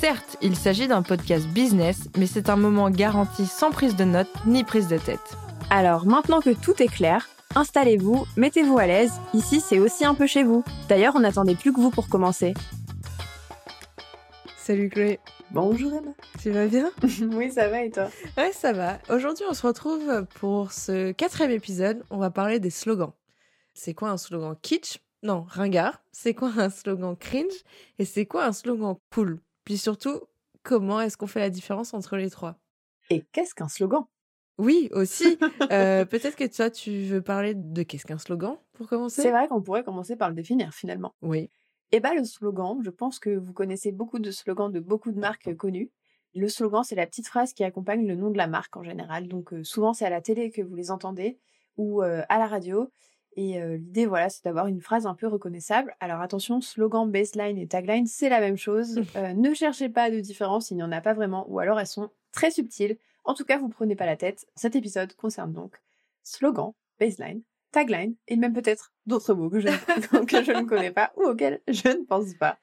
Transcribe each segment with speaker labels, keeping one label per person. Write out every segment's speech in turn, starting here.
Speaker 1: Certes, il s'agit d'un podcast business, mais c'est un moment garanti sans prise de notes ni prise de tête.
Speaker 2: Alors maintenant que tout est clair, installez-vous, mettez-vous à l'aise, ici c'est aussi un peu chez vous. D'ailleurs, on n'attendait plus que vous pour commencer.
Speaker 1: Salut Chloé,
Speaker 2: Bonjour Emma.
Speaker 1: tu vas bien
Speaker 2: Oui, ça va et toi
Speaker 1: Ouais, ça va. Aujourd'hui, on se retrouve pour ce quatrième épisode. On va parler des slogans. C'est quoi un slogan kitsch Non, ringard. C'est quoi un slogan cringe Et c'est quoi un slogan cool Puis surtout, comment est-ce qu'on fait la différence entre les trois
Speaker 2: Et qu'est-ce qu'un slogan
Speaker 1: Oui, aussi. euh, Peut-être que toi, tu veux parler de qu'est-ce qu'un slogan pour commencer
Speaker 3: C'est vrai qu'on pourrait commencer par le définir finalement.
Speaker 1: Oui.
Speaker 3: Eh bien, le slogan, je pense que vous connaissez beaucoup de slogans de beaucoup de marques euh, connues. Le slogan, c'est la petite phrase qui accompagne le nom de la marque en général. Donc, euh, souvent, c'est à la télé que vous les entendez ou euh, à la radio. Et euh, l'idée, voilà, c'est d'avoir une phrase un peu reconnaissable. Alors, attention, slogan, baseline et tagline, c'est la même chose. Euh, ne cherchez pas de différence, il n'y en a pas vraiment, ou alors elles sont très subtiles. En tout cas, vous prenez pas la tête. Cet épisode concerne donc slogan, baseline, tagline et même peut-être d'autres mots que je, que je ne connais pas ou auxquels je ne pense pas.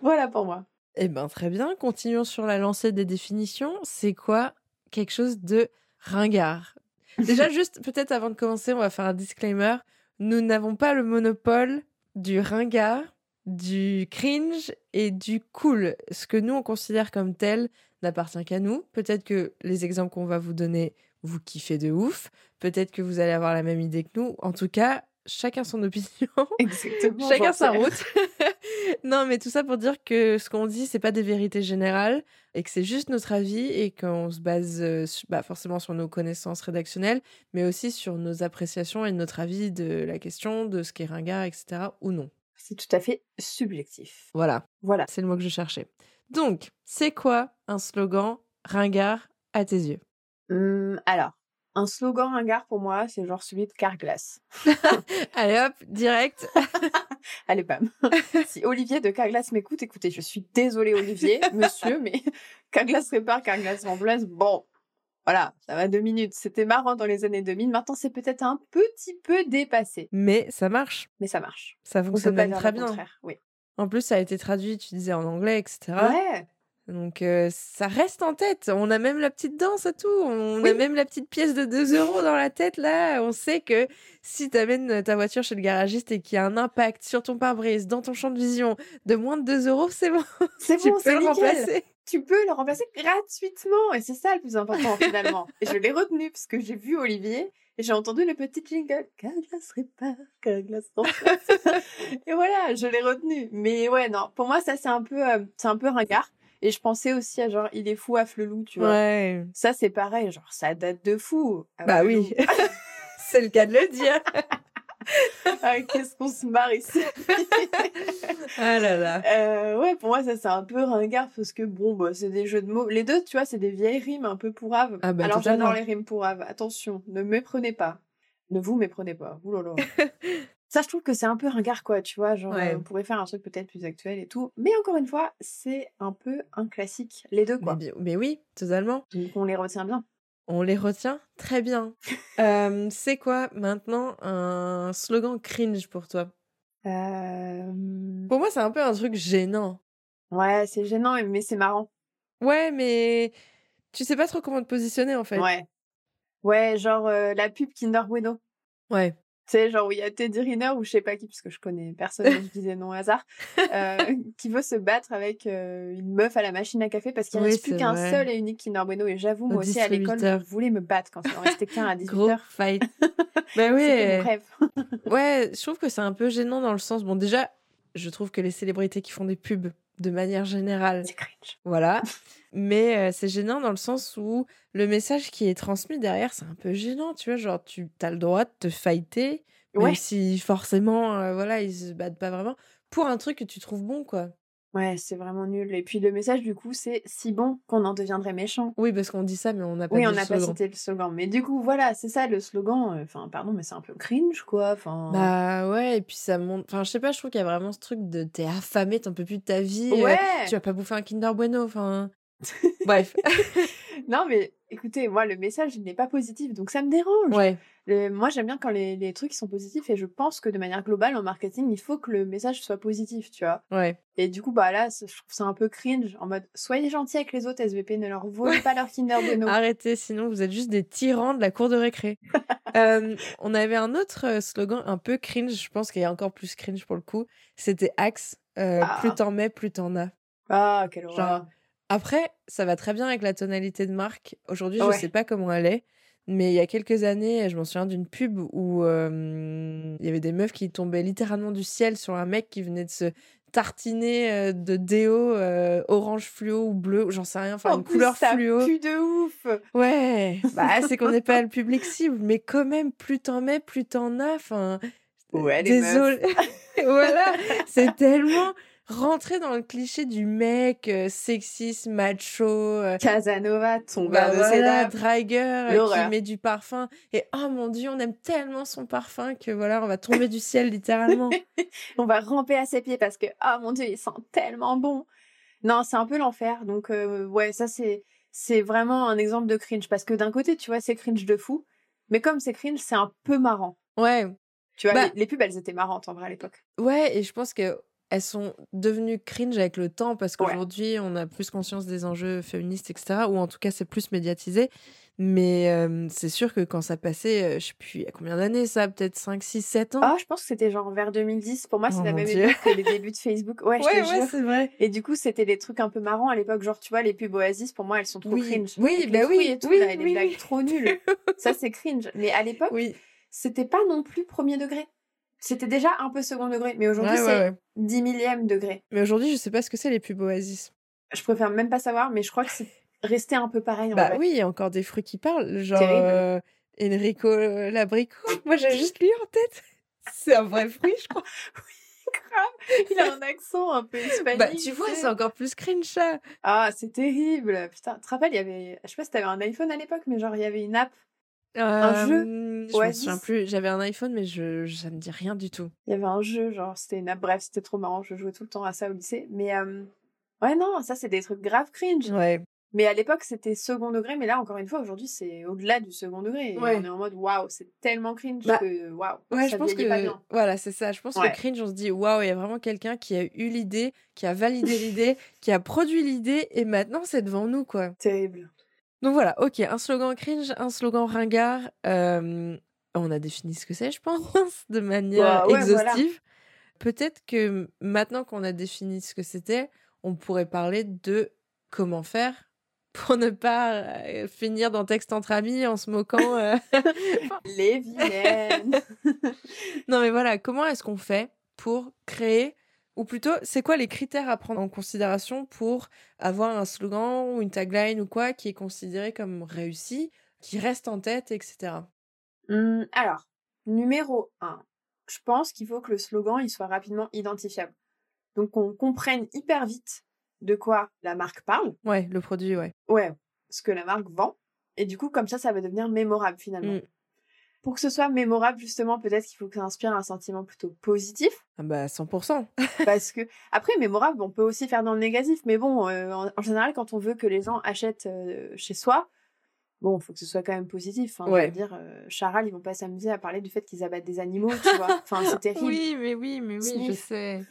Speaker 3: Voilà pour moi.
Speaker 1: Eh bien, très bien. Continuons sur la lancée des définitions. C'est quoi quelque chose de ringard Déjà, juste peut-être avant de commencer, on va faire un disclaimer. Nous n'avons pas le monopole du ringard, du cringe et du cool. Ce que nous, on considère comme tel n'appartient qu'à nous. Peut-être que les exemples qu'on va vous donner, vous kiffez de ouf. Peut-être que vous allez avoir la même idée que nous. En tout cas, chacun son opinion.
Speaker 3: Exactement.
Speaker 1: Chacun
Speaker 3: j'en
Speaker 1: sa
Speaker 3: sais.
Speaker 1: route. non, mais tout ça pour dire que ce qu'on dit, c'est pas des vérités générales et que c'est juste notre avis et qu'on se base euh, su- bah, forcément sur nos connaissances rédactionnelles, mais aussi sur nos appréciations et notre avis de la question, de ce qui est ringard, etc. ou non.
Speaker 3: C'est tout à fait subjectif.
Speaker 1: Voilà,
Speaker 3: Voilà.
Speaker 1: c'est le mot que je cherchais. Donc, c'est quoi un slogan ringard à tes yeux
Speaker 3: Hum, alors, un slogan ringard pour moi, c'est genre celui de Carglass.
Speaker 1: Allez hop, direct.
Speaker 3: Allez, bam. si Olivier de Carglass m'écoute, écoutez, je suis désolée, Olivier, monsieur, mais Carglass répare, Carglass remplace. Bon, voilà, ça va deux minutes. C'était marrant dans les années 2000. Maintenant, c'est peut-être un petit peu dépassé,
Speaker 1: Mais ça marche,
Speaker 3: mais ça marche.
Speaker 1: ça
Speaker 3: On peut
Speaker 1: fonctionne
Speaker 3: pas
Speaker 1: même
Speaker 3: dire
Speaker 1: très
Speaker 3: le
Speaker 1: bien.
Speaker 3: contraire, Oui.
Speaker 1: En plus, ça a été traduit, tu disais, en anglais, etc.
Speaker 3: Ouais.
Speaker 1: Donc euh, ça reste en tête. On a même la petite danse à tout. On a
Speaker 3: Oui.
Speaker 1: même la petite pièce de 2 euros dans la tête là. On sait que si tu amènes ta voiture chez le garagiste et qu'il y a un impact sur ton pare-brise, dans ton champ de vision de moins de 2 euros, c'est bon.
Speaker 3: C'est
Speaker 1: tu
Speaker 3: bon,
Speaker 1: peux
Speaker 3: c'est
Speaker 1: le
Speaker 3: nickel.
Speaker 1: remplacer.
Speaker 3: tu peux le remplacer gratuitement. Et c'est ça le plus important finalement. Et je l'ai retenu parce que j'ai vu Olivier et j'ai entendu le petit jingle. Carglass répare, Carglass remplace. et voilà, je l'ai retenu. Mais ouais, non, pour moi ça c'est un peu, euh, c'est un peu ringard. Et je pensais aussi à genre il est fou à Flelou, tu vois.
Speaker 1: Ouais.
Speaker 3: Ça c'est pareil, genre ça date de fou. Ah,
Speaker 1: Bah
Speaker 3: Flelou.
Speaker 1: oui. c'est le cas de le dire.
Speaker 3: Ah, Qu'est-ce qu'on se marre ici.
Speaker 1: Ah là là.
Speaker 3: Euh, ouais, pour moi, ça c'est un peu ringard parce que bon, bah, c'est des jeux de mots. Les deux, tu vois, c'est des vieilles rimes un peu pourraves.
Speaker 1: Ah bah,
Speaker 3: Alors
Speaker 1: totalement.
Speaker 3: j'adore les rimes pourraves. Attention, ne méprenez pas. Ne vous méprenez pas. Oulala. ça, je trouve que c'est un peu ringard, quoi, tu vois. Genre,
Speaker 1: Ouais.
Speaker 3: euh, on pourrait faire un truc peut-être plus actuel et tout. Mais encore une fois, c'est un peu un classique. Les deux,
Speaker 1: Euh, Mais,
Speaker 3: quoi.
Speaker 1: bi- mais oui, totalement.
Speaker 3: Donc on les retient bien.
Speaker 1: On les retient très bien. Euh, c'est quoi maintenant un slogan cringe pour toi
Speaker 3: Euh,
Speaker 1: Pour moi, c'est un peu un truc gênant.
Speaker 3: Ouais, c'est gênant, mais c'est marrant.
Speaker 1: Ouais, mais tu sais pas trop comment te positionner en fait.
Speaker 3: Ouais. Ouais, genre euh, la pub Kinder Bueno.
Speaker 1: Ouais.
Speaker 3: sais, genre où il y a Teddy Riner ou je sais pas qui, parce que je connais personne, donc je disais non au hasard, euh, qui veut se battre avec euh, une meuf à la machine à café parce qu'il ne
Speaker 1: Oui,
Speaker 3: reste plus
Speaker 1: c'est
Speaker 3: qu'un
Speaker 1: vrai.
Speaker 3: seul et unique Kinder Bueno. Et j'avoue,
Speaker 1: Au
Speaker 3: moi aussi à l'école, je
Speaker 1: distributeur.
Speaker 3: voulais me battre quand il en restait qu'un à 18h.
Speaker 1: Gros fight. bah oui.
Speaker 3: C'était mon rêve.
Speaker 1: Ouais, je trouve que c'est un peu gênant dans le sens. Bon, déjà, je trouve que les célébrités qui font des pubs, de manière générale,
Speaker 3: C'est cringe.
Speaker 1: voilà. Mais euh, c'est gênant dans le sens où le message qui est transmis derrière, c'est un peu gênant, tu vois. Genre, tu as le droit de te fighter, même
Speaker 3: Ouais.
Speaker 1: si forcément, euh, voilà, ils se battent pas vraiment, pour un truc que tu trouves bon, quoi.
Speaker 3: Ouais, c'est vraiment nul. Et puis le message du coup, c'est si bon qu'on en deviendrait méchant.
Speaker 1: Oui, parce qu'on dit ça, mais on n'a pas
Speaker 3: Oui,
Speaker 1: dit
Speaker 3: on
Speaker 1: le
Speaker 3: n'a pas
Speaker 1: slogan.
Speaker 3: cité le slogan. Mais du coup, voilà, c'est ça le slogan. euh, Enfin, pardon, mais c'est un peu cringe, quoi. Enfin,
Speaker 1: Bah ouais, et puis ça monte. Enfin, je sais pas, je trouve qu'il y a vraiment ce truc de t'es affamé, t'en peux plus de ta vie. euh,
Speaker 3: ouais.
Speaker 1: tu vas pas bouffer un Kinder Bueno, enfin. Bref,
Speaker 3: Non, mais écoutez, moi, le message, il n'est pas positif, donc ça me dérange.
Speaker 1: ouais.
Speaker 3: Le- moi, j'aime bien quand les, les trucs ils sont positifs, et je pense que de manière globale, en marketing, il faut que le message soit positif, tu vois.
Speaker 1: Ouais.
Speaker 3: Et du coup, bah là, c'est- je trouve ça un peu cringe, en mode, soyez gentils avec les autres SVP, ne leur volez pas leur Kinder Bueno.
Speaker 1: Arrêtez, sinon vous êtes juste des tyrans de la cour de récré. Euh, on avait un autre euh, slogan un peu cringe, je pense qu'il y a encore plus cringe pour le coup. C'était Axe, euh,
Speaker 3: Ah.
Speaker 1: plus t'en mets, plus t'en as.
Speaker 3: Ah, quelle horreur.
Speaker 1: Genre, Après, ça va très bien avec la tonalité de marque. Aujourd'hui,
Speaker 3: Ouais.
Speaker 1: je sais pas comment elle est, mais il y a quelques années, je m'en souviens d'une pub où euh, il y avait des meufs qui tombaient littéralement du ciel sur un mec qui venait de se tartiner euh, de déo euh, orange fluo ou bleu, j'en sais rien, enfin
Speaker 3: En
Speaker 1: une
Speaker 3: plus,
Speaker 1: couleur
Speaker 3: ça
Speaker 1: fluo.
Speaker 3: pue de ouf.
Speaker 1: Ouais, bah c'est qu'on n'est pas le public cible, mais quand même, plus t'en mets, plus t'en as. Enfin,
Speaker 3: Ouais, les
Speaker 1: désolé. voilà, c'est tellement rentrer dans le cliché du mec euh, sexiste, macho, euh,
Speaker 3: Casanova, ton
Speaker 1: bah
Speaker 3: verre de
Speaker 1: voilà,
Speaker 3: cédap.
Speaker 1: dragueur euh, qui
Speaker 3: L'horreur.
Speaker 1: met du parfum. Et oh mon dieu, on aime tellement son parfum que voilà, on va tomber du ciel littéralement.
Speaker 3: On va ramper à ses pieds parce que, ah mon dieu, il sent tellement bon. Non, c'est un peu l'enfer. Donc, euh, ouais, ça, c'est, c'est vraiment un exemple de cringe. Parce que d'un côté, tu vois, c'est cringe de fou. Mais comme c'est cringe, c'est un peu marrant.
Speaker 1: Ouais,
Speaker 3: Tu vois,
Speaker 1: Bah-
Speaker 3: les, les pubs, elles étaient marrantes en vrai à l'époque.
Speaker 1: Ouais, et je pense que elles sont devenues cringe avec le temps parce
Speaker 3: Ouais.
Speaker 1: qu'aujourd'hui on a plus conscience des enjeux féministes, etc. Ou en tout cas c'est plus médiatisé. Mais euh, c'est sûr que quand ça passait, euh, je sais plus il y a combien d'années ça, peut-être 5, 6, 7 ans.
Speaker 3: Ah, je pense que c'était genre vers 2010. Pour moi, c'est
Speaker 1: Oh
Speaker 3: la
Speaker 1: mon
Speaker 3: même
Speaker 1: Dieu.
Speaker 3: époque que les débuts de Facebook. Ouais, je te jure.
Speaker 1: c'est vrai.
Speaker 3: Et du coup, c'était des trucs un peu marrants à l'époque. Genre, tu vois, les pubs Oasis, pour moi, elles sont trop
Speaker 1: Oui.
Speaker 3: cringe.
Speaker 1: Oui,
Speaker 3: Avec les
Speaker 1: bah oui,
Speaker 3: fruits et tout,
Speaker 1: oui,
Speaker 3: là, et les
Speaker 1: oui,
Speaker 3: blagues
Speaker 1: oui.
Speaker 3: trop nulles. ça, c'est cringe. Mais à l'époque,
Speaker 1: Oui,
Speaker 3: c'était pas non plus premier degré. C'était déjà un peu second degré, mais aujourd'hui
Speaker 1: Ouais, ouais,
Speaker 3: c'est
Speaker 1: ouais.
Speaker 3: 10 millième degré.
Speaker 1: Mais aujourd'hui je sais pas ce que c'est les pubs Oasis.
Speaker 3: Je préfère même pas savoir, mais je crois que c'est resté un peu pareil en
Speaker 1: Bah
Speaker 3: vrai.
Speaker 1: oui, il y a encore des fruits qui parlent, genre
Speaker 3: Terrible.
Speaker 1: euh, Enrico euh, l'abricot. Moi j'ai juste lui en tête. C'est un vrai fruit, je crois.
Speaker 3: Il a un accent un peu hispanique.
Speaker 1: Bah tu vois,
Speaker 3: sais.
Speaker 1: c'est encore plus cringe ça.
Speaker 3: Ah, c'est terrible. Putain, tu te rappelles, il y avait. Je sais pas si t'avais un iPhone à l'époque, mais genre il y avait une app. Un jeu
Speaker 1: Euh, Je me
Speaker 3: Oasis.
Speaker 1: souviens plus. J'avais un iPhone, mais je, ça me dit rien du tout.
Speaker 3: Il y avait un jeu, genre c'était une app. Bref, c'était trop marrant. Je jouais tout le temps à ça au lycée. Mais euh, ouais, non, ça c'est des trucs grave cringe.
Speaker 1: Ouais.
Speaker 3: Mais à l'époque, c'était second degré. Mais là, encore une fois, aujourd'hui, c'est au-delà du second degré. Et
Speaker 1: Ouais.
Speaker 3: On est en mode waouh, c'est tellement cringe
Speaker 1: Bah,
Speaker 3: que waouh,
Speaker 1: Ouais, je
Speaker 3: ça
Speaker 1: pense
Speaker 3: vieillit pas
Speaker 1: que
Speaker 3: bien.
Speaker 1: voilà, c'est ça. Je pense
Speaker 3: Ouais.
Speaker 1: que cringe, on se dit waouh, il y a vraiment quelqu'un qui a eu l'idée, qui a validé l'idée, qui a produit l'idée, et maintenant c'est devant nous, quoi.
Speaker 3: Terrible.
Speaker 1: Donc voilà, ok, un slogan cringe, un slogan ringard. euh, on a défini ce que c'est, je pense, de manière
Speaker 3: Bah ouais,
Speaker 1: exhaustive.
Speaker 3: voilà.
Speaker 1: Peut-être que maintenant qu'on a défini ce que c'était, on pourrait parler de comment faire pour ne pas euh, finir dans texte entre amis en se moquant. euh.
Speaker 3: Les vilaines.
Speaker 1: non mais voilà, comment est-ce qu'on fait pour créer, ou plutôt, c'est quoi les critères à prendre en considération pour avoir un slogan ou une tagline ou quoi qui est considéré comme réussi, qui reste en tête, etc.
Speaker 3: Hum, alors, numéro 1. Je pense qu'il faut que le slogan il soit rapidement identifiable. Donc qu'on comprenne hyper vite de quoi la marque parle.
Speaker 1: Ouais, le produit, ouais.
Speaker 3: Ouais, ce que la marque vend. Et du coup, comme ça, ça va devenir mémorable finalement.
Speaker 1: Mm.
Speaker 3: Pour que ce soit mémorable, justement, peut-être qu'il faut que ça inspire un sentiment plutôt positif.
Speaker 1: Ah bah 100%.
Speaker 3: Parce que, après, mémorable, on peut aussi faire dans le négatif, mais bon, euh, en, en général, quand on veut que les gens achètent euh, chez soi, bon, faut que ce soit quand même positif. hein. Je
Speaker 1: Ouais.
Speaker 3: veux dire, euh, Charal, ils vont pas s'amuser à parler du fait qu'ils abattent des animaux, tu vois. Enfin, c'est terrible.
Speaker 1: mais oui, mais
Speaker 3: Sniff.
Speaker 1: sais.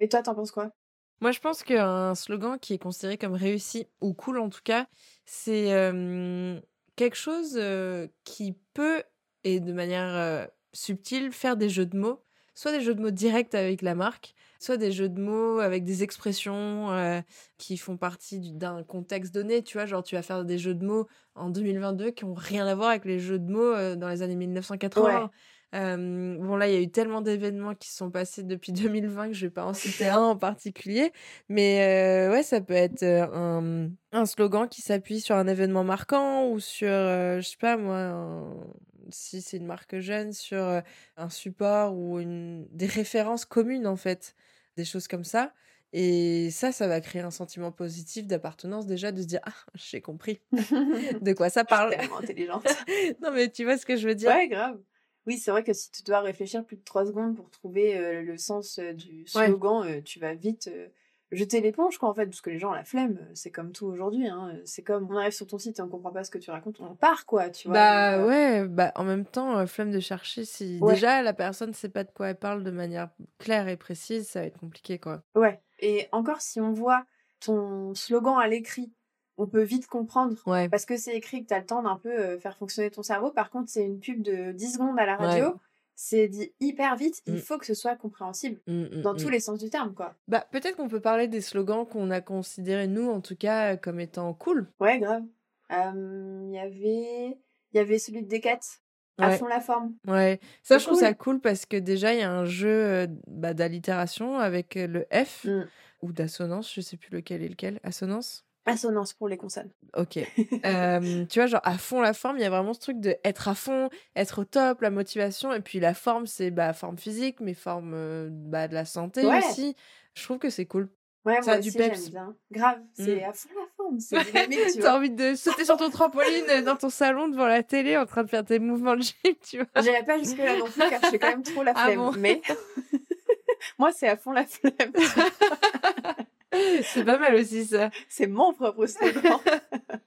Speaker 3: Et toi, t'en penses quoi
Speaker 1: Moi, je pense qu'un slogan qui est considéré comme réussi, ou cool en tout cas, c'est euh, quelque chose euh, qui peut, et de manière euh, subtil, faire des jeux de mots, soit des jeux de mots directs avec la marque, soit des jeux de mots avec des expressions euh, qui font partie du- d'un contexte donné, tu vois, genre tu vas faire des jeux de mots en 2022 qui ont rien à voir avec les jeux de mots euh, dans les années 1980.
Speaker 3: Ouais.
Speaker 1: Euh, bon là, il y a eu tellement d'événements qui se sont passés depuis 2020 que je vais pas en citer un en particulier, mais euh, ouais, ça peut être euh, un, un slogan qui s'appuie sur un événement marquant ou sur, euh, je sais pas moi, un- si c'est une marque jeune, sur euh, un support ou une... des références communes en fait, des choses comme ça. Et ça, ça va créer un sentiment positif d'appartenance déjà, de se dire ah j'ai compris de quoi ça parle.
Speaker 3: Tellement intelligente.
Speaker 1: non mais tu vois ce que je veux dire.
Speaker 3: ouais, grave. Oui, c'est vrai que si tu dois réfléchir plus de trois secondes pour trouver euh, le sens euh, du
Speaker 1: Ouais.
Speaker 3: slogan, euh, tu vas vite euh, jeter l'éponge, quoi, en fait, parce que les gens ont la flemme. euh, C'est comme tout aujourd'hui. Hein. euh, C'est comme on arrive sur ton site et on comprend pas ce que tu racontes, on part, quoi, tu vois.
Speaker 1: bah
Speaker 3: donc, euh,
Speaker 1: ouais, bah en même temps euh, flemme de chercher si
Speaker 3: Ouais.
Speaker 1: déjà la personne sait pas de quoi elle parle de manière claire et précise, ça va être compliqué quoi.
Speaker 3: Ouais. Et encore, si on voit ton slogan à l'écrit, on peut vite comprendre.
Speaker 1: Ouais.
Speaker 3: Parce que c'est écrit que tu as le temps d'un peu euh, faire fonctionner ton cerveau. Par contre, c'est une pub de 10 secondes à la
Speaker 1: Ouais.
Speaker 3: radio. C'est dit hyper vite. Il
Speaker 1: Mm.
Speaker 3: faut que ce soit compréhensible
Speaker 1: Mm, mm,
Speaker 3: dans
Speaker 1: mm.
Speaker 3: tous les sens du terme, quoi.
Speaker 1: Bah peut-être qu'on peut parler des slogans qu'on a considérés nous en tout cas comme étant cool.
Speaker 3: Ouais, grave. Euh, Il y avait... Il y avait celui de Decat, à
Speaker 1: Ouais.
Speaker 3: fond la forme.
Speaker 1: Ouais, ça
Speaker 3: C'est
Speaker 1: je trouve ça cool parce que déjà il y a un jeu euh, bah, d'allitération avec euh, le F
Speaker 3: Mm.
Speaker 1: ou d'assonance, je sais plus lequel est lequel, assonance.
Speaker 3: Assonance pour les consonnes.
Speaker 1: Ok. Euh, tu vois, genre à fond la forme, il y a vraiment ce truc de être à fond, être au top, la motivation, et puis la forme, c'est bah, forme physique, mais forme euh, bah, de la santé
Speaker 3: Ouais.
Speaker 1: aussi. Je trouve que c'est cool.
Speaker 3: Ouais,
Speaker 1: Ça
Speaker 3: moi
Speaker 1: a du
Speaker 3: aussi, j'aime
Speaker 1: peps.
Speaker 3: bien. Grave, c'est
Speaker 1: Mm.
Speaker 3: à fond la forme. C'est dynamique, tu vois.
Speaker 1: T'as envie de sauter sur ton trampoline euh, dans ton salon devant la télé en train de faire tes mouvements de gym, tu vois.
Speaker 3: J'irai pas jusque là non plus car j'ai quand même trop la
Speaker 1: Ah
Speaker 3: flemme.
Speaker 1: bon.
Speaker 3: Mais moi, c'est à fond la flemme.
Speaker 1: C'est pas mal aussi ça.
Speaker 3: C'est mon propre slogan.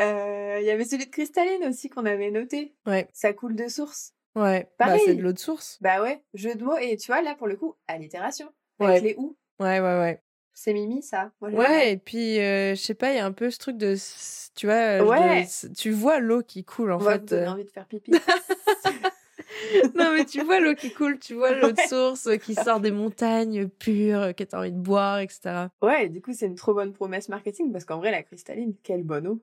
Speaker 3: Euh, Il y avait celui de cristalline aussi qu'on avait noté.
Speaker 1: Ouais.
Speaker 3: Ça coule de source.
Speaker 1: Ouais, bah,
Speaker 3: Pareil.
Speaker 1: c'est de l'eau de source.
Speaker 3: Bah ouais, jeu de mots. Et tu vois, là, pour le coup, allitération.
Speaker 1: Ouais,
Speaker 3: Avec les ou.
Speaker 1: ouais, ouais, ouais.
Speaker 3: C'est Mimi, ça. Moi, j'aime bien.
Speaker 1: Ouais, et puis, euh, je sais pas, il y a un peu ce truc de. s- Tu vois, euh, de
Speaker 3: Ouais.
Speaker 1: s- tu vois l'eau qui coule, en
Speaker 3: On va vous
Speaker 1: fait.
Speaker 3: donner
Speaker 1: euh.
Speaker 3: envie de faire pipi.
Speaker 1: non, mais tu vois l'eau qui coule, tu vois l'eau de
Speaker 3: Ouais.
Speaker 1: source euh, qui sort des montagnes pures, euh, que t'as envie de boire, etc.
Speaker 3: ouais, et du coup, c'est une trop bonne promesse marketing parce qu'en vrai, la cristalline, quelle bonne eau.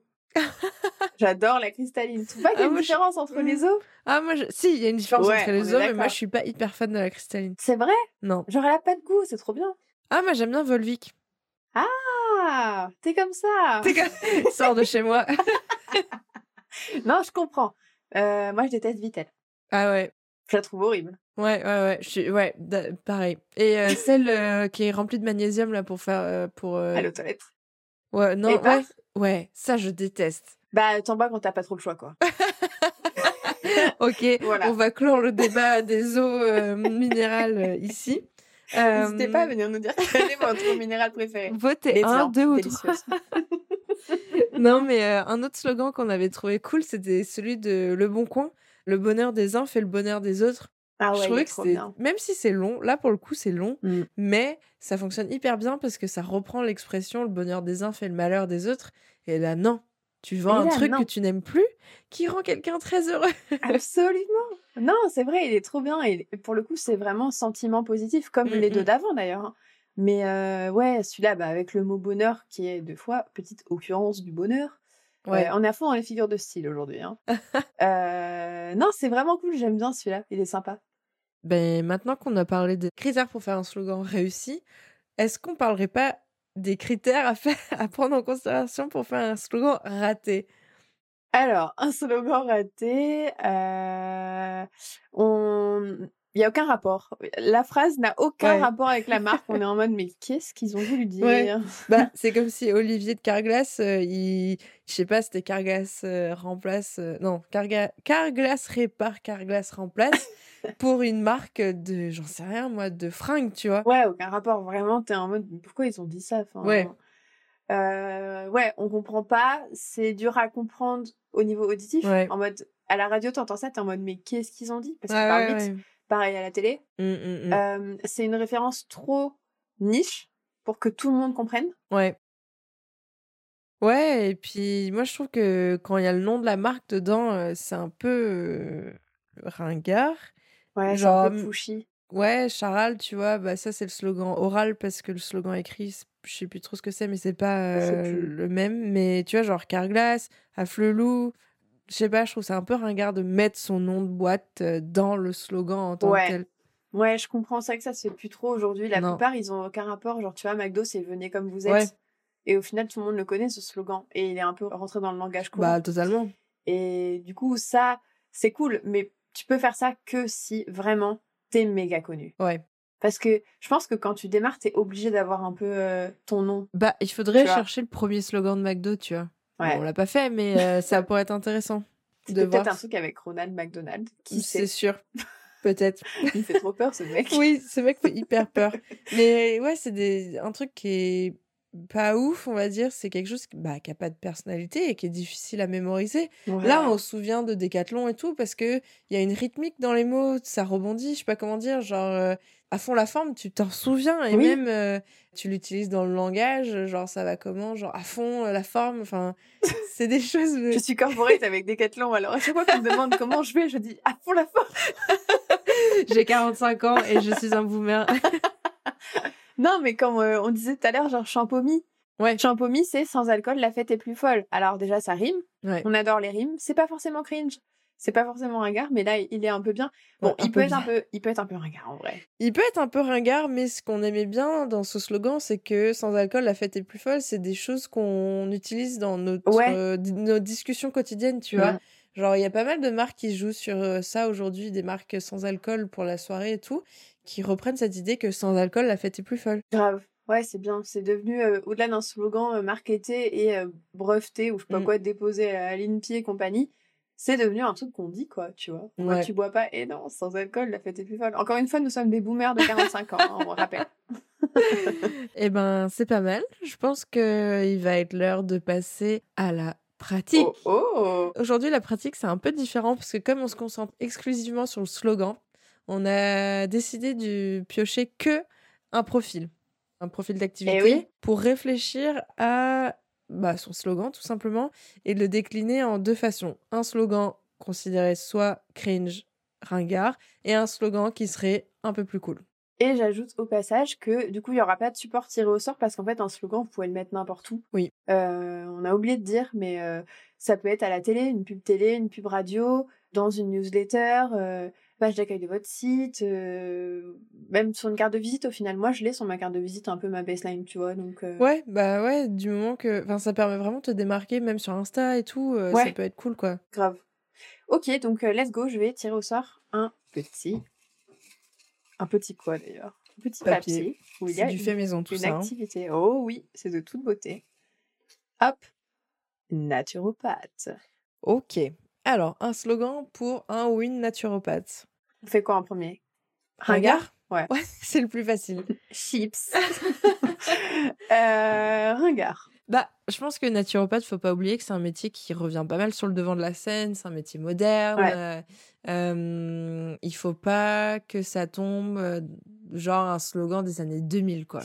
Speaker 3: J'adore la cristalline. Tu trouves pas qu'il y a
Speaker 1: Ah,
Speaker 3: une
Speaker 1: moi, je-
Speaker 3: différence entre les eaux
Speaker 1: Ah, moi, je... si, il y a une différence
Speaker 3: Ouais,
Speaker 1: entre
Speaker 3: on est
Speaker 1: les eaux, mais moi,
Speaker 3: d'accord.
Speaker 1: je suis pas hyper fan de la cristalline.
Speaker 3: C'est vrai
Speaker 1: Non.
Speaker 3: Genre, elle a pas de goût, c'est trop bien.
Speaker 1: Ah, moi, j'aime bien Volvic.
Speaker 3: Ah, t'es comme ça.
Speaker 1: T'es comme- Sors de chez moi.
Speaker 3: Non, je comprends. Euh, moi, je déteste Vitel.
Speaker 1: Ah ouais.
Speaker 3: Je la trouve horrible.
Speaker 1: Ouais, ouais, ouais, je suis, ouais, da- pareil. Et euh, celle euh, qui est remplie de magnésium là pour faire, euh, pour, euh,
Speaker 3: Elle aux toilettes.
Speaker 1: ouais, non,
Speaker 3: Et pas-
Speaker 1: ouais, ouais, ça je déteste.
Speaker 3: Bah, t'en bats quand t'as pas trop le choix, quoi.
Speaker 1: Ok,
Speaker 3: Voilà.
Speaker 1: on va clore le débat des eaux euh, minérales euh, ici. Euh,
Speaker 3: N'hésitez pas à venir nous dire quel est votre minéral préféré.
Speaker 1: Votez
Speaker 3: Les
Speaker 1: un,
Speaker 3: blancs,
Speaker 1: deux ou trois.
Speaker 3: délicieuse.
Speaker 1: Non, mais euh, un autre slogan qu'on avait trouvé cool, c'était celui de Le Bon Coin. Le bonheur des uns fait le bonheur des autres.
Speaker 3: Ah ouais,
Speaker 1: Je
Speaker 3: il
Speaker 1: trouvais
Speaker 3: est
Speaker 1: que
Speaker 3: trop
Speaker 1: c'était,
Speaker 3: bien.
Speaker 1: même si c'est long, là pour le coup c'est long,
Speaker 3: Mm.
Speaker 1: mais ça fonctionne hyper bien parce que ça reprend l'expression le bonheur des uns fait le malheur des autres. Et là non, tu vends
Speaker 3: Et
Speaker 1: un
Speaker 3: là,
Speaker 1: truc
Speaker 3: non.
Speaker 1: que tu n'aimes plus, qui rend quelqu'un très heureux.
Speaker 3: Absolument. Non, c'est vrai, il est trop bien. Et pour le coup, c'est vraiment sentiment positif, comme
Speaker 1: Mm,
Speaker 3: les deux
Speaker 1: mm.
Speaker 3: d'avant d'ailleurs. hein. Mais euh, ouais, celui-là, bah, avec le mot bonheur, qui est deux fois petite occurrence du bonheur.
Speaker 1: Ouais.
Speaker 3: Euh, on est à fond dans les figures de style aujourd'hui. hein. Euh, non, c'est vraiment cool, j'aime bien celui-là, il est sympa.
Speaker 1: Ben, maintenant qu'on a parlé des critères pour faire un slogan réussi, est-ce qu'on parlerait pas des critères à, faire, à prendre en considération pour faire un slogan raté
Speaker 3: Alors, un slogan raté, euh, on... il n'y a aucun rapport. La phrase n'a aucun
Speaker 1: Ouais.
Speaker 3: rapport avec la marque. On est en mode, mais qu'est-ce qu'ils ont voulu dire
Speaker 1: Ouais. bah, C'est comme si Olivier de Carglass, euh, il... je sais pas, c'était Carglass euh, remplace. euh, Non, Carga... Carglass répare, Carglass remplace pour une marque de, j'en sais rien moi, de fringues, tu vois.
Speaker 3: Ouais, aucun rapport. Vraiment, t'es en mode, mais pourquoi ils ont dit ça enfin,
Speaker 1: Ouais.
Speaker 3: euh, ouais, on comprend pas. C'est dur à comprendre au niveau auditif.
Speaker 1: Ouais.
Speaker 3: En mode, à la radio, t'entends ça, t'es en mode, mais qu'est-ce qu'ils ont dit Parce que
Speaker 1: Ouais,
Speaker 3: par
Speaker 1: ouais,
Speaker 3: vite,
Speaker 1: ouais.
Speaker 3: pareil à la télé.
Speaker 1: Mm, mm, mm.
Speaker 3: Euh, c'est une référence trop niche pour que tout le monde comprenne.
Speaker 1: Ouais. Ouais, et puis moi je trouve que quand il y a le nom de la marque dedans, euh, c'est un peu. euh, ringard.
Speaker 3: Ouais, c'est
Speaker 1: Genre, mm.
Speaker 3: un peu pushy.
Speaker 1: Ouais, Charal, tu vois, bah ça c'est le slogan oral parce que le slogan écrit, c'est- je sais plus trop ce que c'est, mais c'est pas
Speaker 3: Je sais
Speaker 1: euh,
Speaker 3: plus.
Speaker 1: le même. Mais tu vois, genre Carglass, Afflelou, je sais pas, je trouve ça un peu ringard de mettre son nom de boîte euh, dans le slogan en tant
Speaker 3: Ouais.
Speaker 1: que tel.
Speaker 3: Ouais, je comprends ça que ça se fait plus trop aujourd'hui. La
Speaker 1: Non.
Speaker 3: plupart, ils ont aucun rapport. Genre, tu vois, McDo, c'est venez comme vous êtes.
Speaker 1: Ouais.
Speaker 3: Et au final, tout le monde le connaît, ce slogan. Et il est un peu rentré dans le langage courant.
Speaker 1: Bah totalement.
Speaker 3: Et du coup, ça, c'est cool, mais tu peux faire ça que si vraiment t'es méga connu.
Speaker 1: Ouais.
Speaker 3: Parce que je pense que quand tu démarres, t'es obligé d'avoir un peu euh, ton nom.
Speaker 1: Bah il faudrait
Speaker 3: Tu vois.
Speaker 1: chercher le premier slogan de McDo, tu vois. Bon,
Speaker 3: Ouais.
Speaker 1: on l'a pas fait, mais euh, ça pourrait être intéressant. de
Speaker 3: C'était peut-être
Speaker 1: voir
Speaker 3: un truc avec Ronald McDonald. Qui
Speaker 1: C'est
Speaker 3: sait
Speaker 1: sûr. Peut-être.
Speaker 3: Il fait trop peur, ce mec.
Speaker 1: Oui, ce mec fait hyper peur. Mais ouais, c'est des... un truc qui est pas ouf, on va dire. C'est quelque chose qui- bah, qui a pas de personnalité et qui est difficile à mémoriser.
Speaker 3: Ouais.
Speaker 1: Là, on se souvient de Décathlon et tout parce que il y a une rythmique dans les mots, ça rebondit, je sais pas comment dire, genre euh, à fond la forme, tu t'en souviens et
Speaker 3: Oui.
Speaker 1: même euh, tu l'utilises dans le langage, genre ça va comment, genre à fond euh, la forme, enfin c'est des choses. euh,
Speaker 3: Je suis corporate avec Decathlon, alors à chaque fois qu'on me demande comment je vais, je dis à fond la forme.
Speaker 1: J'ai 45 ans et je suis un boomer.
Speaker 3: Non, mais comme euh, on disait tout à l'heure, genre champomy.
Speaker 1: Ouais.
Speaker 3: Champomy, c'est sans alcool, la fête est plus folle. Alors déjà, ça rime.
Speaker 1: Ouais.
Speaker 3: On adore les rimes. C'est pas forcément cringe. C'est pas forcément ringard, mais là, il est un peu bien. Bon,
Speaker 1: Ouais, un
Speaker 3: il,
Speaker 1: peu
Speaker 3: peut être un
Speaker 1: bien.
Speaker 3: peu, il peut être un peu ringard en vrai.
Speaker 1: Il peut être un peu ringard, mais ce qu'on aimait bien dans ce slogan, c'est que sans alcool, la fête est plus folle. C'est des choses qu'on utilise dans notre,
Speaker 3: Ouais.
Speaker 1: euh, di- nos discussions quotidiennes, tu vois.
Speaker 3: Mm.
Speaker 1: Genre, il y a pas mal de marques qui jouent sur euh, ça aujourd'hui, des marques sans alcool pour la soirée et tout, qui reprennent cette idée que sans alcool, la fête est plus folle.
Speaker 3: Grave. Ouais, c'est bien. C'est devenu, euh, au-delà d'un slogan euh, marketé et euh, breveté, ou je sais pas
Speaker 1: Mm.
Speaker 3: quoi, déposé à l'INPI et compagnie, c'est devenu un truc qu'on dit, quoi, tu vois. Moi,
Speaker 1: Ouais.
Speaker 3: tu bois pas, et non, sans alcool, la fête est plus folle. Encore une fois, nous sommes des boomers de 45 ans, hein, on rappelle.
Speaker 1: Eh ben, c'est pas mal. Je pense qu'il va être l'heure de passer à la pratique.
Speaker 3: Oh, oh
Speaker 1: Aujourd'hui, la pratique, c'est un peu différent parce que comme on se concentre exclusivement sur le slogan, on a décidé de piocher que un profil, un profil d'activité
Speaker 3: Eh oui.
Speaker 1: pour réfléchir à bah, son slogan tout simplement et de le décliner en deux façons. Un slogan considéré soit cringe, ringard et un slogan qui serait un peu plus cool.
Speaker 3: Et j'ajoute au passage que du coup, il n'y aura pas de support tiré au sort parce qu'en fait, un slogan, vous pouvez le mettre n'importe où.
Speaker 1: Oui.
Speaker 3: Euh, on a oublié de dire, mais euh, ça peut être à la télé, une pub télé, une pub radio, dans une newsletter, euh, page d'accueil de votre site, euh, même sur une carte de visite au final. Moi, je l'ai sur ma carte de visite, un peu ma baseline, tu vois. Donc, euh,
Speaker 1: Ouais, bah ouais, du moment que enfin ça permet vraiment de te démarquer même sur Insta et tout, euh, ça
Speaker 3: Ouais.
Speaker 1: peut être cool quoi.
Speaker 3: grave. Ok, donc euh, let's go, je vais tirer au sort un petit. Un petit quoi d'ailleurs Un petit
Speaker 1: Papier.
Speaker 3: papier. où il y
Speaker 1: C'est
Speaker 3: a
Speaker 1: du
Speaker 3: une-
Speaker 1: fait maison tout
Speaker 3: une
Speaker 1: ça. hein.
Speaker 3: activité. Oh oui, c'est de toute beauté. Hop, naturopathe.
Speaker 1: Ok. Alors, un slogan pour un ou une naturopathe.
Speaker 3: On fait quoi en premier Ouais.
Speaker 1: Ouais, c'est le plus facile.
Speaker 3: Chips. Euh, ringard.
Speaker 1: Bah, je pense que naturopathe, faut pas oublier que c'est un métier qui revient pas mal sur le devant de la scène, c'est un métier moderne.
Speaker 3: Ouais.
Speaker 1: euh, euh, il faut pas que ça tombe euh, genre un slogan des années 2000, quoi.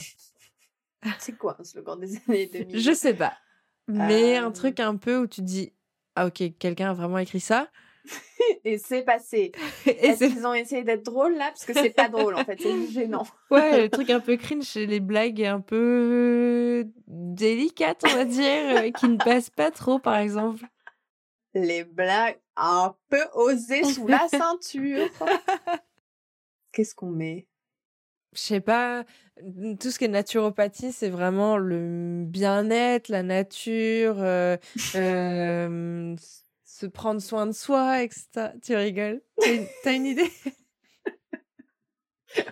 Speaker 3: C'est quoi un slogan des années 2000
Speaker 1: Je sais pas. Mais
Speaker 3: Euh.
Speaker 1: un truc un peu où tu te dis, ah ok, quelqu'un a vraiment écrit ça.
Speaker 3: Et c'est passé.
Speaker 1: Et
Speaker 3: Est-ce
Speaker 1: c'est
Speaker 3: qu'ils ont essayé d'être drôles là Parce que c'est pas drôle en fait, c'est juste gênant.
Speaker 1: Ouais, le truc un peu cringe, c'est les blagues un peu délicates, on va dire, euh, qui ne passent pas trop, par exemple.
Speaker 3: Les blagues un peu osées sous la ceinture. Qu'est-ce qu'on met
Speaker 1: Je sais pas, n- tout ce qui est naturopathie, c'est vraiment le bien-être, la nature, euh, euh, s- se prendre soin de soi, etc. Tu rigoles T'as une- T'as une idée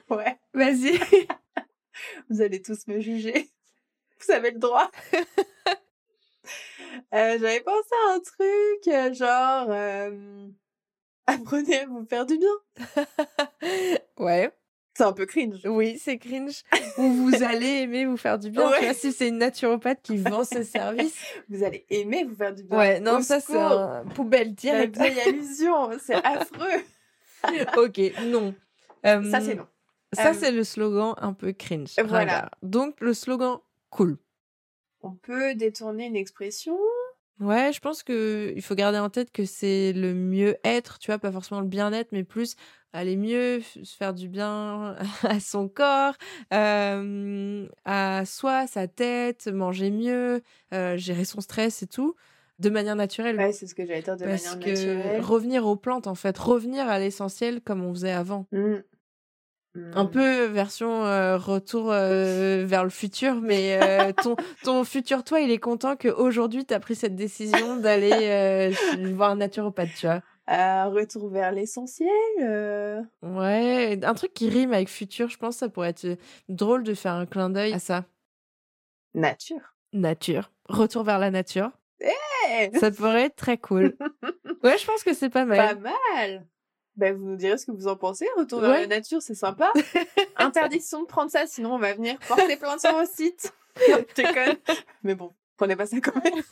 Speaker 3: Ouais,
Speaker 1: Vas-y.
Speaker 3: vous allez tous me juger. Vous avez le droit. Euh, J'avais pensé à un truc, euh, genre, euh, apprenez à vous faire du bien.
Speaker 1: Ouais.
Speaker 3: C'est un peu cringe.
Speaker 1: Oui, c'est cringe. Ou vous allez aimer vous faire du bien. tu
Speaker 3: Ouais.
Speaker 1: vois, si c'est une naturopathe qui vend ses services.
Speaker 3: Vous allez aimer vous faire du bien.
Speaker 1: Ouais, non,
Speaker 3: Au
Speaker 1: ça, c'est
Speaker 3: secours.
Speaker 1: un poubelle
Speaker 3: La
Speaker 1: direct.
Speaker 3: vieille allusion, c'est affreux.
Speaker 1: Ok, non.
Speaker 3: Ça, c'est non.
Speaker 1: Ça,
Speaker 3: Euh,
Speaker 1: c'est le slogan un peu cringe.
Speaker 3: voilà.
Speaker 1: ringard. Donc, le slogan cool.
Speaker 3: On peut détourner une expression.
Speaker 1: Ouais, je pense que il faut garder en tête que c'est le mieux-être, tu vois, pas forcément le bien-être, mais plus aller mieux, f- se faire du bien à son corps, euh, à soi, sa tête, manger mieux, euh, gérer son stress et tout, de manière naturelle.
Speaker 3: Ouais, c'est ce que j'allais dire de
Speaker 1: parce
Speaker 3: manière
Speaker 1: que
Speaker 3: naturelle.
Speaker 1: revenir aux plantes, en fait, revenir à l'essentiel comme on faisait avant.
Speaker 3: Mm. Mm.
Speaker 1: Un peu version euh, retour euh, vers le futur, mais euh, ton, ton futur toi, il est content qu'aujourd'hui, tu as pris cette décision d'aller euh, ch- voir un naturopathe, tu vois.
Speaker 3: Un retour vers Euh, l'essentiel. euh.
Speaker 1: Ouais, un truc qui rime avec futur, je pense que ça pourrait être euh, drôle de faire un clin d'œil à ça.
Speaker 3: Nature.
Speaker 1: Nature. Retour vers la nature.
Speaker 3: Eh,
Speaker 1: Ça pourrait être très cool. Ouais, je pense que c'est pas
Speaker 3: Pas
Speaker 1: mal.
Speaker 3: mal. Ben, vous nous direz ce que vous en pensez. Retour vers
Speaker 1: Ouais.
Speaker 3: la nature, c'est sympa. Interdiction de prendre ça, sinon on va venir porter plainte sur vos sites. Non, je déconne. Mais bon, prenez pas ça quand même.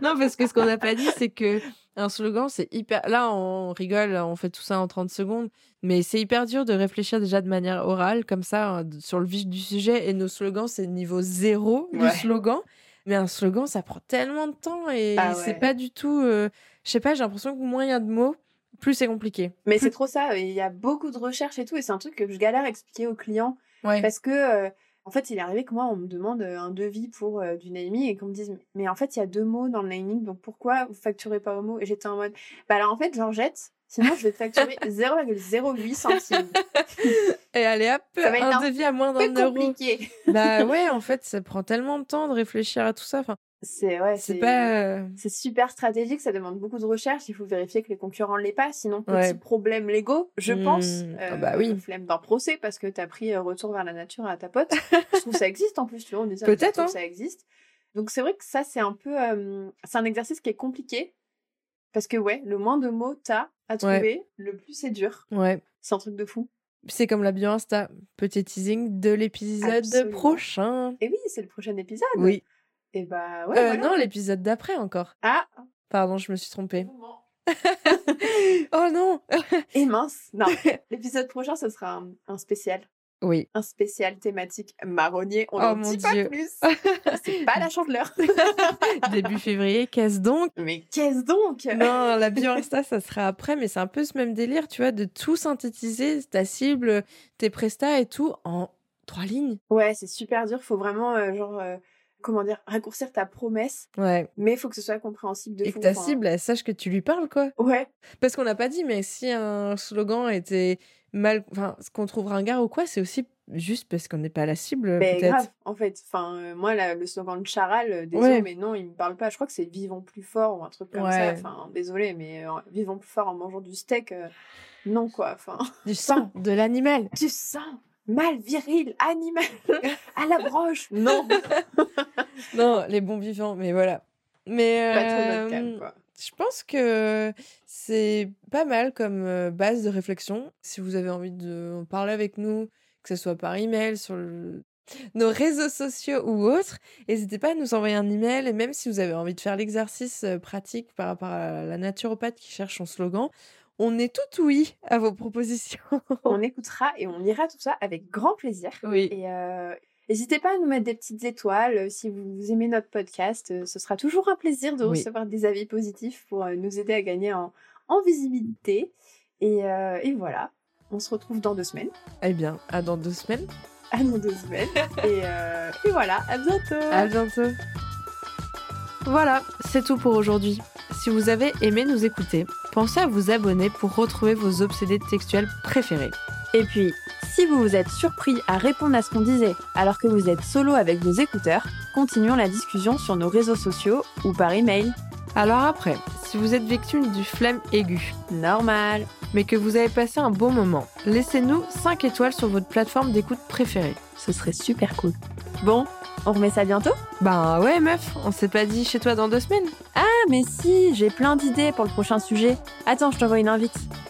Speaker 1: Non, parce que ce qu'on n'a pas dit, c'est que un slogan, c'est hyper. Là, on rigole, on fait tout ça en 30 secondes, mais c'est hyper dur de réfléchir déjà de manière orale, comme ça, hein, d- sur le vif du sujet. Et nos slogans, c'est niveau zéro du
Speaker 3: Ouais.
Speaker 1: slogan. Mais un slogan, ça prend tellement de temps et
Speaker 3: Ah ouais.
Speaker 1: c'est pas du tout. euh, Je sais pas, j'ai l'impression que moins il y a de mots, plus c'est compliqué.
Speaker 3: Mais c'est trop ça. Il y a beaucoup de recherches et tout. Et c'est un truc que je galère à expliquer aux clients.
Speaker 1: Ouais.
Speaker 3: Parce que, euh, en fait, il est arrivé que moi, on me demande euh, un devis pour euh, du naming et qu'on me dise, mais en fait, il y a deux mots dans le naming, donc pourquoi vous facturez pas au mot Et j'étais en mode, bah alors en fait, j'en jette, sinon je vais te facturer 0,08 centimes.
Speaker 1: Et allez hop,
Speaker 3: Ça va être
Speaker 1: un
Speaker 3: un
Speaker 1: devis à moins
Speaker 3: C'est
Speaker 1: d'un euro.
Speaker 3: compliqué.
Speaker 1: Bah ouais, en fait, ça prend tellement de temps de réfléchir à tout ça. Enfin,
Speaker 3: C'est ouais,
Speaker 1: c'est
Speaker 3: c'est
Speaker 1: pas. euh,
Speaker 3: c'est super stratégique, ça demande beaucoup de recherche, il faut vérifier que les concurrents ne l'aient pas, sinon petit
Speaker 1: Ouais.
Speaker 3: problème légaux, je pense. euh,
Speaker 1: Hmm, ah bah oui.
Speaker 3: Flemme d'un procès parce que t'as pris euh, retour vers la nature à ta pote. je trouve ça existe en plus, tu vois, on dit ça, mais je
Speaker 1: Peut-être,
Speaker 3: trouve
Speaker 1: hein.
Speaker 3: ça existe. Donc c'est vrai que ça c'est un peu, euh, c'est un exercice qui est compliqué parce que ouais, le moins de mots t'as à
Speaker 1: Ouais.
Speaker 3: trouver, le plus c'est dur.
Speaker 1: Ouais.
Speaker 3: C'est un truc de fou.
Speaker 1: C'est comme la bio Insta. Petit teasing de l'épisode
Speaker 3: Absolument.
Speaker 1: prochain.
Speaker 3: Et oui, c'est le prochain épisode.
Speaker 1: Oui.
Speaker 3: Et bah ouais.
Speaker 1: Euh,
Speaker 3: voilà.
Speaker 1: Non, l'épisode d'après encore.
Speaker 3: Ah.
Speaker 1: Pardon, je me suis trompée.
Speaker 3: moment.
Speaker 1: Oh non
Speaker 3: Et mince. Non. L'épisode prochain ce sera un- un spécial.
Speaker 1: Oui.
Speaker 3: un spécial thématique marronnier. On
Speaker 1: Oh
Speaker 3: n'en
Speaker 1: mon
Speaker 3: dit
Speaker 1: Dieu.
Speaker 3: pas plus. C'est pas la chandeleur.
Speaker 1: Début février, qu'est-ce donc
Speaker 3: Mais qu'est-ce donc
Speaker 1: Non, la bio Insta, ça sera après, mais c'est un peu ce même délire, tu vois, de tout synthétiser, ta cible, tes prestats et tout, en trois lignes.
Speaker 3: Ouais, c'est super dur. Faut vraiment, euh, genre, euh, comment dire, raccourcir ta promesse,
Speaker 1: Ouais.
Speaker 3: mais faut que ce soit compréhensible de
Speaker 1: Et
Speaker 3: fou,
Speaker 1: que ta
Speaker 3: enfin.
Speaker 1: cible, elle sache que tu lui parles, quoi.
Speaker 3: Ouais,
Speaker 1: Parce qu'on n'a pas dit, mais si un slogan était mal. Enfin, ce qu'on trouve ringard ou quoi, c'est aussi juste parce qu'on n'est pas la cible,
Speaker 3: mais
Speaker 1: Euh, peut-être.
Speaker 3: grave, en fait. Enfin, euh, moi, la- le slogan de Charal, euh, désolé,
Speaker 1: Ouais.
Speaker 3: mais non, il me parle pas. Je crois que c'est Vivons plus fort ou un truc comme
Speaker 1: Ouais.
Speaker 3: ça. Enfin, désolé, mais euh, Vivons plus fort en mangeant du steak, euh, non, quoi. Enfin,
Speaker 1: Du sang, de l'animal.
Speaker 3: du sang, mâle, viril, animal, à la broche, non.
Speaker 1: Non, les bons vivants, mais voilà. Mais
Speaker 3: Pas trop
Speaker 1: euh,
Speaker 3: notre cam, quoi.
Speaker 1: je pense que c'est pas mal comme euh, base de réflexion. Si vous avez envie de en parler avec nous, que ce soit par email, sur le- nos réseaux sociaux ou autres, n'hésitez pas à nous envoyer un email. Et même si vous avez envie de faire l'exercice euh, pratique par rapport à la naturopathe qui cherche son slogan, on est tout oui à vos propositions.
Speaker 3: On écoutera et on lira tout ça avec grand plaisir.
Speaker 1: Oui.
Speaker 3: Et euh, n'hésitez pas à nous mettre des petites étoiles euh, si vous aimez notre podcast. Euh, Ce sera toujours un plaisir de
Speaker 1: Oui.
Speaker 3: recevoir des avis positifs pour euh, nous aider à gagner en, en visibilité. Et, euh, et voilà, on se retrouve dans deux semaines.
Speaker 1: Eh bien, à dans deux semaines.
Speaker 3: À dans deux semaines. et, euh, et voilà, à bientôt.
Speaker 2: Ah,
Speaker 1: À bientôt. Voilà, c'est tout pour aujourd'hui. Si vous avez aimé nous écouter, pensez à vous abonner pour retrouver vos obsédés textuels préférés.
Speaker 2: Et puis, si vous vous êtes surpris à répondre à ce qu'on disait alors que vous êtes solo avec vos écouteurs, continuons la discussion sur nos réseaux sociaux ou par email.
Speaker 1: Alors après, si vous êtes victime du flemme aigu,
Speaker 2: Normal.
Speaker 1: mais que vous avez passé un bon moment, laissez-nous 5 étoiles sur votre plateforme d'écoute préférée.
Speaker 2: Ce serait super cool. Bon, on remet ça bientôt
Speaker 1: Bah ouais meuf, on s'est pas dit chez toi dans deux semaines
Speaker 2: Ah mais si, j'ai plein d'idées pour le prochain sujet. Attends, je t'envoie une invite.